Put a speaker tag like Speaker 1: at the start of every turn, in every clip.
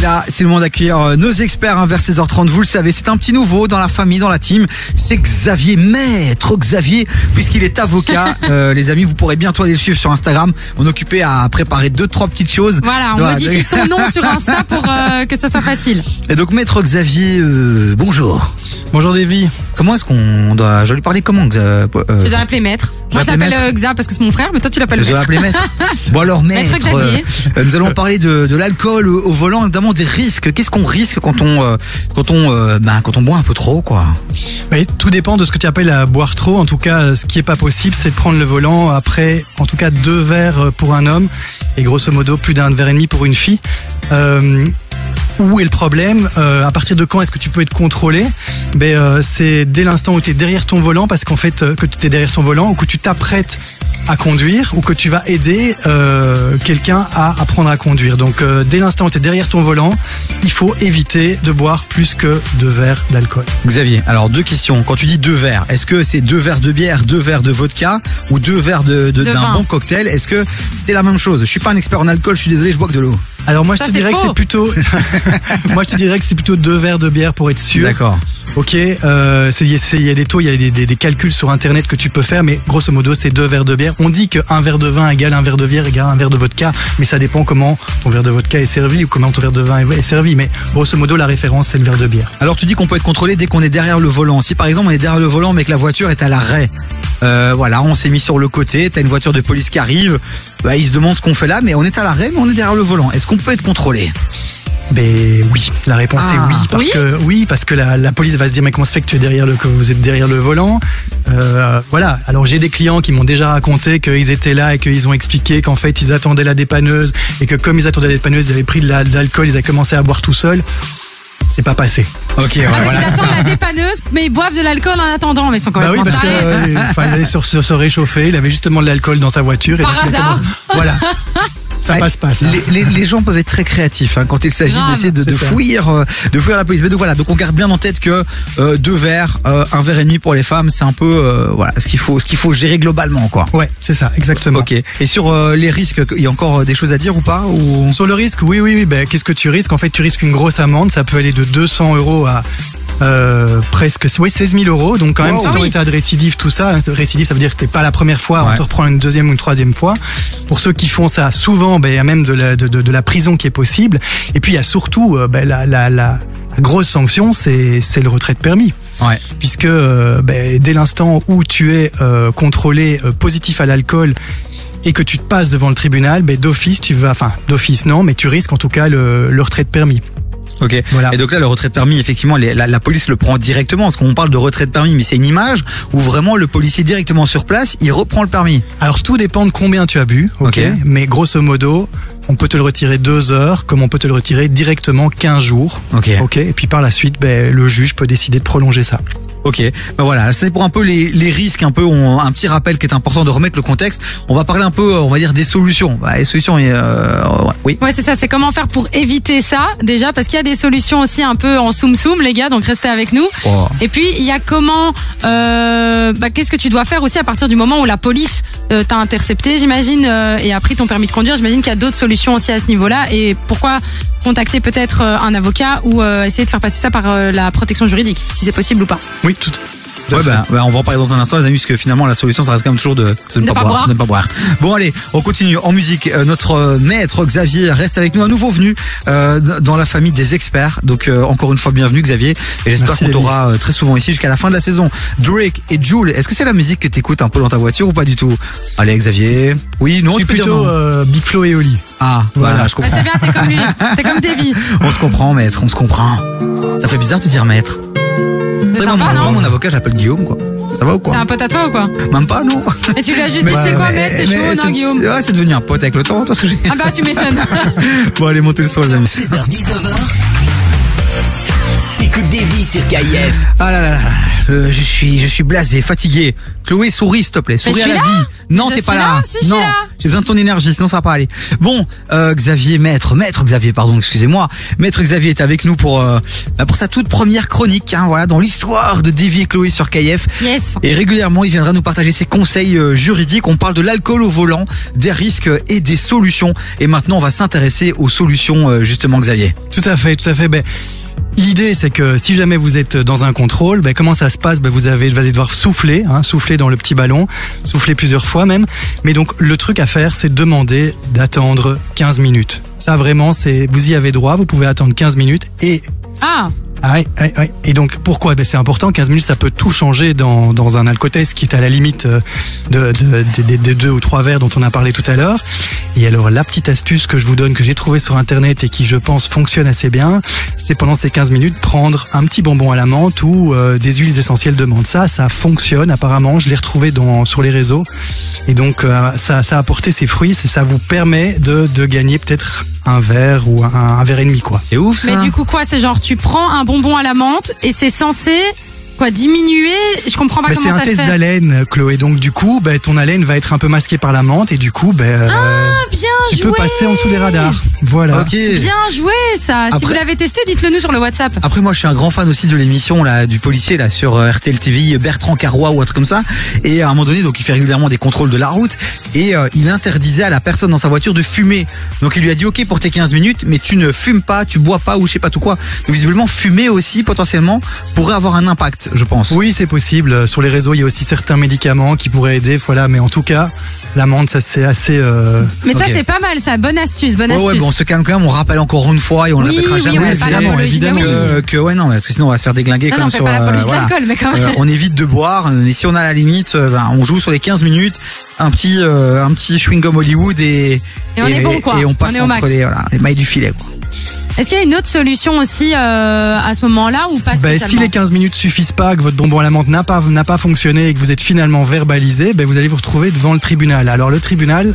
Speaker 1: là, c'est le moment d'accueillir euh, nos experts hein, vers 16h30. Vous le savez, c'est un petit nouveau dans la famille, dans la team. C'est Xavier Maître, Xavier, puisqu'il est avocat. Euh, les amis, vous pourrez bientôt aller le suivre sur Instagram. On est occupé à préparer deux, trois petites choses.
Speaker 2: Voilà, on
Speaker 1: Dans la-
Speaker 2: modifie son nom sur Insta pour euh, que ça soit facile.
Speaker 1: Et donc, Maître Xavier, euh, bonjour.
Speaker 3: Bonjour Davy.
Speaker 1: Comment est-ce qu'on doit. Je vais lui parler comment Xa- euh,
Speaker 2: Tu dois l'appeler Maître. Moi, je
Speaker 1: l'appelle
Speaker 2: l'appelle euh, Xa parce que c'est mon frère, mais toi, tu l'appelles
Speaker 1: Je vais
Speaker 2: Maître.
Speaker 1: l'appeler maître. Bon alors maître,
Speaker 2: Maître Xavier.
Speaker 1: euh, nous allons parler de, de l'alcool au, au volant, notamment des risques. Qu'est-ce qu'on risque quand on euh, quand on euh, ben, quand on boit un peu trop quoi
Speaker 3: Oui, tout dépend de ce que tu appelles à boire trop. En tout cas, euh, ce qui est pas possible, c'est de prendre le volant après, en tout cas, deux verres euh, pour un homme et grosso modo plus d'un verre et demi pour une fille. Euh, où est le problème Euh, À partir de quand est-ce que tu peux être contrôlé ben, euh, C'est dès l'instant où tu es derrière ton volant, parce qu'en fait, euh, que tu es derrière ton volant ou que tu t'apprêtes à conduire ou que tu vas aider euh, quelqu'un à apprendre à conduire. Donc, euh, dès l'instant où tu es derrière ton volant, il faut éviter de boire plus que deux verres d'alcool.
Speaker 1: Xavier, alors deux questions. Quand tu dis deux verres, est-ce que c'est deux verres de bière, deux verres de vodka ou deux verres de de-
Speaker 2: De
Speaker 1: d'un
Speaker 2: vin.
Speaker 1: bon cocktail Est-ce que c'est la même chose Je suis pas un expert en alcool, je suis désolé, je bois que de l'eau.
Speaker 3: Alors moi
Speaker 2: Ça,
Speaker 3: je te
Speaker 2: c'est
Speaker 3: dirais que
Speaker 2: faux.
Speaker 3: c'est plutôt moi je te dirais que c'est plutôt deux verres de bière pour être sûr.
Speaker 1: D'accord.
Speaker 3: Ok, euh, c'est- c'est- il y a des taux, il y a des, des- des calculs sur internet que tu peux faire, mais grosso modo c'est deux verres de bière. On dit que un verre de vin égale un verre de bière égale un verre de vodka, mais ça dépend comment ton verre de vodka est servi ou comment ton verre de vin est est servi. Mais grosso modo la référence c'est le verre de bière.
Speaker 1: Alors tu dis qu'on peut être contrôlé dès qu'on est derrière le volant. Si par exemple on est derrière le volant mais que la voiture est à l'arrêt, euh, voilà, on s'est mis sur le côté, t'as une voiture de police qui arrive, bah, ils se demandent ce qu'on fait là, mais on est à l'arrêt mais on est derrière le volant. Est-ce qu'on peut être contrôlé
Speaker 3: Ben oui, la réponse
Speaker 1: Ah.
Speaker 3: est oui parce
Speaker 2: Oui
Speaker 3: que oui parce que la, la police va se dire mais comment se fait que tu es derrière le que vous êtes derrière le volant. Euh, voilà. Alors j'ai des clients qui m'ont déjà raconté qu'ils étaient là et qu'ils ont expliqué qu'en fait ils attendaient la dépanneuse et que comme ils attendaient la dépanneuse ils avaient pris de la- de l'alcool ils avaient commencé à boire tout seuls. C'est pas passé.
Speaker 1: Ok, ouais,
Speaker 2: Avec j'attends la dépanneuse, mais ils boivent de l'alcool en attendant, mais ils sont quand
Speaker 3: Bah
Speaker 2: même
Speaker 3: oui, parce que
Speaker 2: tarés.
Speaker 3: euh, enfin, il allait sur- sur- se réchauffer, il avait justement de l'alcool dans sa voiture. Et
Speaker 2: Par
Speaker 3: donc, il a
Speaker 2: hasard.
Speaker 3: commencé- Voilà. Ça
Speaker 1: Ouais.
Speaker 3: passe pas, ça.
Speaker 1: Les, les- les gens peuvent être très créatifs hein, quand il s'agit
Speaker 2: Grave.
Speaker 1: d'essayer de, de
Speaker 3: C'est ça.
Speaker 1: fuir, euh, de fuir la police. Mais donc voilà, donc on garde bien en tête que euh, deux verres, euh, un verre et demi pour les femmes, c'est un peu euh, voilà ce qu'il faut, ce qu'il faut gérer globalement quoi.
Speaker 3: Ouais, c'est ça, exactement.
Speaker 1: Ok. Et sur euh, les risques, il y a encore euh, des choses à dire ou pas ou...
Speaker 3: Sur le risque, oui, oui, oui. Ben, Qu'est-ce que tu risques En fait, tu risques une grosse amende. Ça peut aller de 200 euros à euh, presque oui, 16 000 euros. Donc, quand même,
Speaker 1: Wow.
Speaker 3: si
Speaker 2: Ah
Speaker 3: tu
Speaker 2: oui.
Speaker 3: état de récidive, tout ça, hein, récidive, ça veut dire que t'es pas la première fois,
Speaker 1: Ouais.
Speaker 3: on te reprend une deuxième ou une troisième fois. Pour ceux qui font ça souvent, ben, il y a même de la, de, de- de la prison qui est possible. Et puis, il y a surtout euh, ben, la, la, la grosse sanction, c'est c'est le retrait de permis
Speaker 1: Ouais.
Speaker 3: puisque euh, ben, dès l'instant où tu es euh, contrôlé euh, positif à l'alcool et que tu te passes devant le tribunal, ben, d'office tu vas, enfin d'office non, mais tu risques en tout cas le, le retrait de permis.
Speaker 1: Ok.
Speaker 3: Voilà.
Speaker 1: Et donc là, le retrait de permis, effectivement, les- la, la police le prend directement. Parce qu'on parle de retrait de permis, mais c'est une image où vraiment le policier directement sur place, il reprend le permis.
Speaker 3: Alors tout dépend de combien tu as bu, ok,
Speaker 1: Ok.
Speaker 3: mais grosso modo. On peut te le retirer deux heures, comme on peut te le retirer directement 15 jours.
Speaker 1: Ok.
Speaker 3: Ok, et puis par la suite, ben, le juge peut décider de prolonger ça.
Speaker 1: Ok, ben voilà, c'est pour un peu les, les risques, un peu on- un petit rappel qui est important de remettre le contexte. On va parler un peu, on va dire des solutions. Bah, les solutions, et, euh, ouais, oui.
Speaker 2: Ouais, c'est ça, c'est comment faire pour éviter ça, déjà, parce qu'il y a des solutions aussi un peu en soum-soum, les gars, donc restez avec nous. Et puis, il y a comment. euh, bah, Qu'est-ce que tu dois faire aussi à partir du moment où la police euh, t'a intercepté, j'imagine, euh, et a pris ton permis de conduire J'imagine qu'il y a d'autres solutions aussi à ce niveau-là. Et pourquoi contacter peut-être euh, un avocat ou euh, essayer de faire passer ça par euh, la protection juridique, si c'est possible ou pas
Speaker 3: Oui, tout.
Speaker 1: Ouais, ben, ben, on va en parler dans un instant, les amis, parce que finalement la solution, ça reste quand même toujours de, de ne pas, boire, de ne pas boire. Bon allez, on continue en musique. Euh, notre euh, maître Xavier reste avec nous, un nouveau venu euh, d- dans la famille des experts. Donc euh, encore une fois, bienvenue Xavier. Et j'espère
Speaker 3: Merci,
Speaker 1: qu'on
Speaker 3: David.
Speaker 1: t'aura euh, très souvent ici jusqu'à la fin de la saison. Drake et Jules, est-ce que c'est la musique que t'écoutes un peu dans ta voiture ou pas du tout Allez Xavier. Oui, non,
Speaker 3: Je suis
Speaker 1: tu peux dire
Speaker 3: plutôt
Speaker 1: non.
Speaker 3: euh, Big Flo et Oli.
Speaker 1: Ah, voilà,
Speaker 3: Voilà.
Speaker 1: je
Speaker 2: Bah,
Speaker 1: comprends.
Speaker 2: C'est bien, t'es comme lui, t'es comme Davy.
Speaker 1: On se comprend, maître, on se comprend. Ça fait bizarre de dire maître. C'est
Speaker 2: sympa,
Speaker 1: moi, mon-
Speaker 2: non
Speaker 1: moi, mon avocat, j'appelle Guillaume, quoi. Ça va ou
Speaker 2: C'est
Speaker 1: quoi
Speaker 2: un pote à toi ou quoi
Speaker 1: Même pas, non
Speaker 2: Et tu lui as juste dit, c'est quoi,
Speaker 1: mais-
Speaker 2: maître C'est
Speaker 1: mais
Speaker 2: chaud, non,
Speaker 1: c'est-
Speaker 2: Guillaume
Speaker 1: c'est- Ouais, c'est devenu un pote avec le temps, hein, toi, ce que j'ai.
Speaker 2: Ah bah, tu m'étonnes.
Speaker 1: Bon, allez, montez le son, les amis.
Speaker 4: 16h19h, t'écoutes Écoute des vies sur KIF.
Speaker 1: Ah là là, là. Euh, je suis je suis blasé, fatigué. Chloé, souris s'il te plaît, souris
Speaker 2: je
Speaker 1: à
Speaker 2: suis
Speaker 1: la
Speaker 2: là.
Speaker 1: vie. Non,
Speaker 2: Je
Speaker 1: t'es
Speaker 2: suis
Speaker 1: pas là.
Speaker 2: là, si, je suis
Speaker 1: non,
Speaker 2: là.
Speaker 1: j'ai besoin de ton énergie, sinon ça va pas aller. Bon, euh, Xavier Maître, Maître Xavier, pardon, excusez-moi. Maître Xavier est avec nous pour euh, bah, pour sa toute première chronique, hein, voilà, dans l'histoire de Davy et Chloé sur KIF.
Speaker 2: Yes.
Speaker 1: Et régulièrement, il viendra nous partager ses conseils euh, juridiques. On parle de l'alcool au volant, des risques et des solutions. Et maintenant, on va s'intéresser aux solutions, euh, justement, Xavier.
Speaker 3: Tout à fait, tout à fait. Ben, L'idée, c'est que si jamais vous êtes dans un contrôle, ben, comment ça se passe ben, vous, avez, vous allez devoir souffler, hein, souffler dans le petit ballon, souffler plusieurs fois même. Mais donc, le truc à faire, c'est demander d'attendre 15 minutes. Ça, vraiment, c'est vous y avez droit, vous pouvez attendre 15 minutes. Et,
Speaker 2: Ah,
Speaker 3: ah ouais, ouais, ouais. et donc, pourquoi ben, C'est important, 15 minutes, ça peut tout changer dans, dans un alcotest qui est à la limite euh, de- de- de- des des deux ou trois verres dont on a parlé tout à l'heure. Et alors la petite astuce que je vous donne, que j'ai trouvée sur internet et qui je pense fonctionne assez bien, c'est pendant ces 15 minutes prendre un petit bonbon à la menthe ou euh, des huiles essentielles de menthe. Ça, ça fonctionne apparemment, je l'ai retrouvé dans, sur les réseaux. Et donc euh, ça, ça a apporté ses fruits, ça, ça vous permet de, de gagner peut-être un verre ou un, un verre et demi quoi.
Speaker 1: C'est ouf,
Speaker 2: mais du coup, quoi C'est genre, tu prends un bonbon à la menthe et c'est censé, quoi, diminuer Je comprends pas
Speaker 3: Mais Bah, c'est
Speaker 2: comment
Speaker 3: un
Speaker 2: ça se
Speaker 3: test
Speaker 2: fait.
Speaker 3: d'haleine, Chloé. Donc du coup, ben, ton haleine va être un peu masquée par la menthe et du coup, ben, euh,
Speaker 2: Ah, bien
Speaker 3: tu
Speaker 2: joué
Speaker 3: peux passer en dessous des radars. Voilà.
Speaker 1: Ok.
Speaker 2: Bien joué, ça Si
Speaker 1: Après-
Speaker 2: vous l'avez testé, dites-le nous sur le WhatsApp.
Speaker 1: Après moi je suis un grand fan aussi de l'émission là du policier là sur euh, RTL TV Bertrand Carrois ou un truc comme ça et à un moment donné donc il fait régulièrement des contrôles de la route et euh, il interdisait à la personne dans sa voiture de fumer. Donc il lui a dit OK pour tes 15 minutes mais tu ne fumes pas, tu bois pas ou je sais pas tout quoi. Donc visiblement fumer aussi potentiellement pourrait avoir un impact, je pense.
Speaker 3: Oui, c'est possible. Euh, Sur les réseaux, il y a aussi certains médicaments qui pourraient aider. Voilà, mais en tout cas, l'amande, ça c'est assez. euh,
Speaker 2: Mais
Speaker 1: Ok.
Speaker 2: ça, c'est pas mal, ça. Bonne astuce, bonne
Speaker 1: Ouais, ouais,
Speaker 2: astuce.
Speaker 1: bon, on se calme quand même, on rappelle encore une fois et on le
Speaker 2: Oui,
Speaker 1: répétera
Speaker 2: oui,
Speaker 1: jamais.
Speaker 2: on fait pas
Speaker 1: évidemment,
Speaker 2: l'apologie,
Speaker 1: évidemment,
Speaker 2: bah oui.
Speaker 1: euh, que, ouais, non, parce que sinon on va se faire déglinguer
Speaker 2: non,
Speaker 1: comme
Speaker 2: non, on fait
Speaker 1: sur,
Speaker 2: pas
Speaker 1: euh,
Speaker 2: l'apologie de
Speaker 1: voilà.
Speaker 2: l'alcool, mais quand même.
Speaker 1: Euh, on évite de boire. euh, Mais si on a la limite, euh, ben, on joue sur les 15 minutes, un petit, euh, un petit chewing gum Hollywood et
Speaker 2: Et on est bon, quoi.
Speaker 1: Et on
Speaker 2: On
Speaker 1: passe
Speaker 2: est au
Speaker 1: entre
Speaker 2: max.
Speaker 1: les, voilà, les mailles du filet. Quoi.
Speaker 2: Est-ce qu'il y a une autre solution aussi euh, à ce moment-là ou
Speaker 1: Bah,
Speaker 2: pas
Speaker 3: ben,
Speaker 2: spécialement
Speaker 3: si les 15 minutes suffisent pas, que votre bonbon à la menthe n'a pas n'a pas fonctionné et que vous êtes finalement verbalisé, ben vous allez vous retrouver devant le tribunal. Alors le tribunal.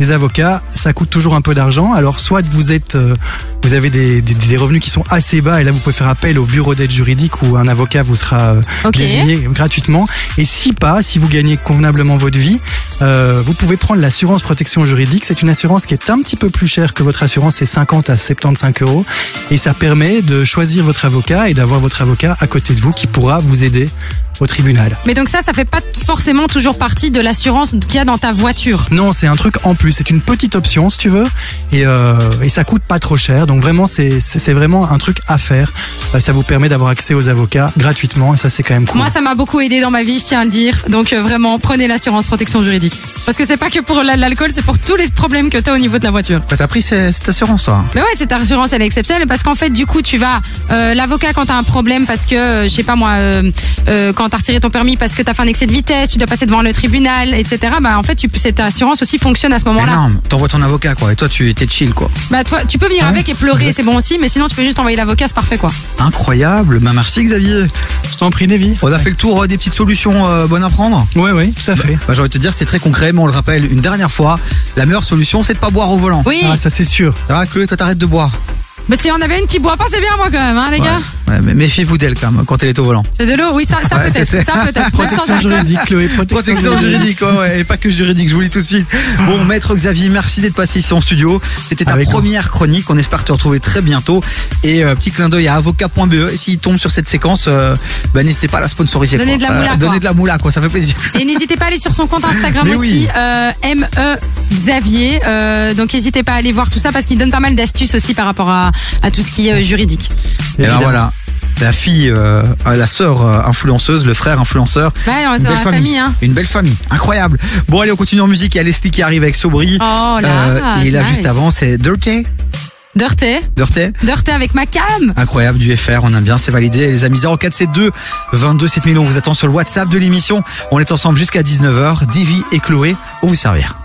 Speaker 3: Les avocats, ça coûte toujours un peu d'argent. Alors soit vous êtes, euh, vous avez des, des- des revenus qui sont assez bas et là vous pouvez faire appel au bureau d'aide juridique où un avocat vous sera euh,
Speaker 2: Ok.
Speaker 3: désigné gratuitement. Et si pas, si vous gagnez convenablement votre vie, euh, vous pouvez prendre l'assurance protection juridique. C'est une assurance qui est un petit peu plus chère que votre assurance, c'est 50 à 75 euros. Et ça permet de choisir votre avocat et d'avoir votre avocat à côté de vous qui pourra vous aider au tribunal.
Speaker 2: Mais donc ça, ça fait pas forcément toujours partie de l'assurance qu'il y a dans ta voiture.
Speaker 3: Non, c'est un truc en plus, c'est une petite option si tu veux, et, euh, et ça coûte pas trop cher, donc vraiment c'est c'est- c'est vraiment un truc à faire. Euh, Ça vous permet d'avoir accès aux avocats gratuitement, et ça c'est quand même cool.
Speaker 2: Moi, ça m'a beaucoup aidé dans ma vie, je tiens à le dire. Donc euh, vraiment, prenez l'assurance protection juridique. Parce que c'est pas que pour la- l'alcool, c'est pour tous les problèmes que t'as au niveau de la voiture.
Speaker 1: Quoi, t'as pris ces- cette assurance, toi
Speaker 2: Mais ouais, cette assurance, elle est exceptionnelle parce qu'en fait, du coup, tu vas euh, l'avocat quand t'as un problème parce que, euh, je sais pas moi, euh, euh, quand t'as retiré ton permis parce que t'as fait un excès de vitesse, tu dois passer devant le tribunal, etc. Bah en fait, tu, cette assurance aussi fonctionne à ce moment-là.
Speaker 1: Énorme. T'envoies ton avocat, quoi. Et toi, tu t'es chill, quoi.
Speaker 2: Bah toi, tu peux venir avec et pleurer, c'est bon aussi, mais sinon tu peux juste envoyer l'avocat, c'est parfait quoi.
Speaker 1: Incroyable. Bah, merci, Xavier.
Speaker 3: Je t'en prie, Davy.
Speaker 1: On a fait le tour euh, des petites solutions euh, bonnes à prendre.
Speaker 3: Ouais, ouais, tout à fait.
Speaker 1: Bah, j'ai envie de te dire, c'est très concret, mais on le rappelle une dernière fois. La meilleure solution, c'est de pas boire au volant.
Speaker 2: Oui,
Speaker 3: Ah, ça c'est sûr.
Speaker 1: Ça va, Chloé, toi, t'arrêtes de boire.
Speaker 2: mais si on avait une qui boit pas, c'est bien moi quand même, hein les gars.
Speaker 1: Ouais, mais méfiez-vous d'elle, quand même, quand elle est au volant.
Speaker 2: C'est de l'eau, oui, ça, ça
Speaker 1: Ouais,
Speaker 2: peut-être.
Speaker 1: c'est-
Speaker 2: Ça peut-être. Même sans
Speaker 3: Protection
Speaker 2: alcool.
Speaker 3: juridique, Chloé, protection,
Speaker 1: Protection juridique, ouais, ouais, et pas que juridique, je vous lis tout de suite. Bon, maître Xavier, merci d'être passé ici en studio. C'était ta
Speaker 3: Avec grand-
Speaker 1: première chronique, on espère te retrouver très bientôt. Et euh, petit clin d'œil à avocat.be, et s'il tombe sur cette séquence, euh, bah, n'hésitez pas à la sponsoriser.
Speaker 2: Donnez
Speaker 1: quoi. Euh,
Speaker 2: de la moula,
Speaker 1: donnez
Speaker 2: quoi.
Speaker 1: de la moula, quoi, ça fait plaisir.
Speaker 2: Et n'hésitez pas à aller sur son compte Instagram
Speaker 1: Mais oui.
Speaker 2: aussi, euh, ME Xavier. Euh, donc n'hésitez pas à aller voir tout ça parce qu'il donne pas mal d'astuces aussi par rapport à, à tout ce qui est euh, juridique.
Speaker 1: Et alors
Speaker 3: Évidemment.
Speaker 1: ben, voilà, la fille, euh, la sœur euh, influenceuse, le frère influenceur,
Speaker 2: Ouais, on est
Speaker 1: une
Speaker 2: dans
Speaker 1: belle
Speaker 2: la
Speaker 1: famille.
Speaker 2: famille. hein.
Speaker 1: Une belle famille, incroyable. Bon, allez, on continue en musique, il y a Leslie qui arrive avec Sobri.
Speaker 2: Oh là,
Speaker 1: Euh, et là,
Speaker 2: nice.
Speaker 1: juste avant, c'est Dirty.
Speaker 2: Dirty.
Speaker 1: Dirty
Speaker 2: Dirty avec ma cam.
Speaker 1: Incroyable du FR, on aime bien, c'est validé. Les amis, 0472 22 7000, on vous attend sur le WhatsApp de l'émission. On est ensemble jusqu'à 19h. Divi et Chloé vont vous servir.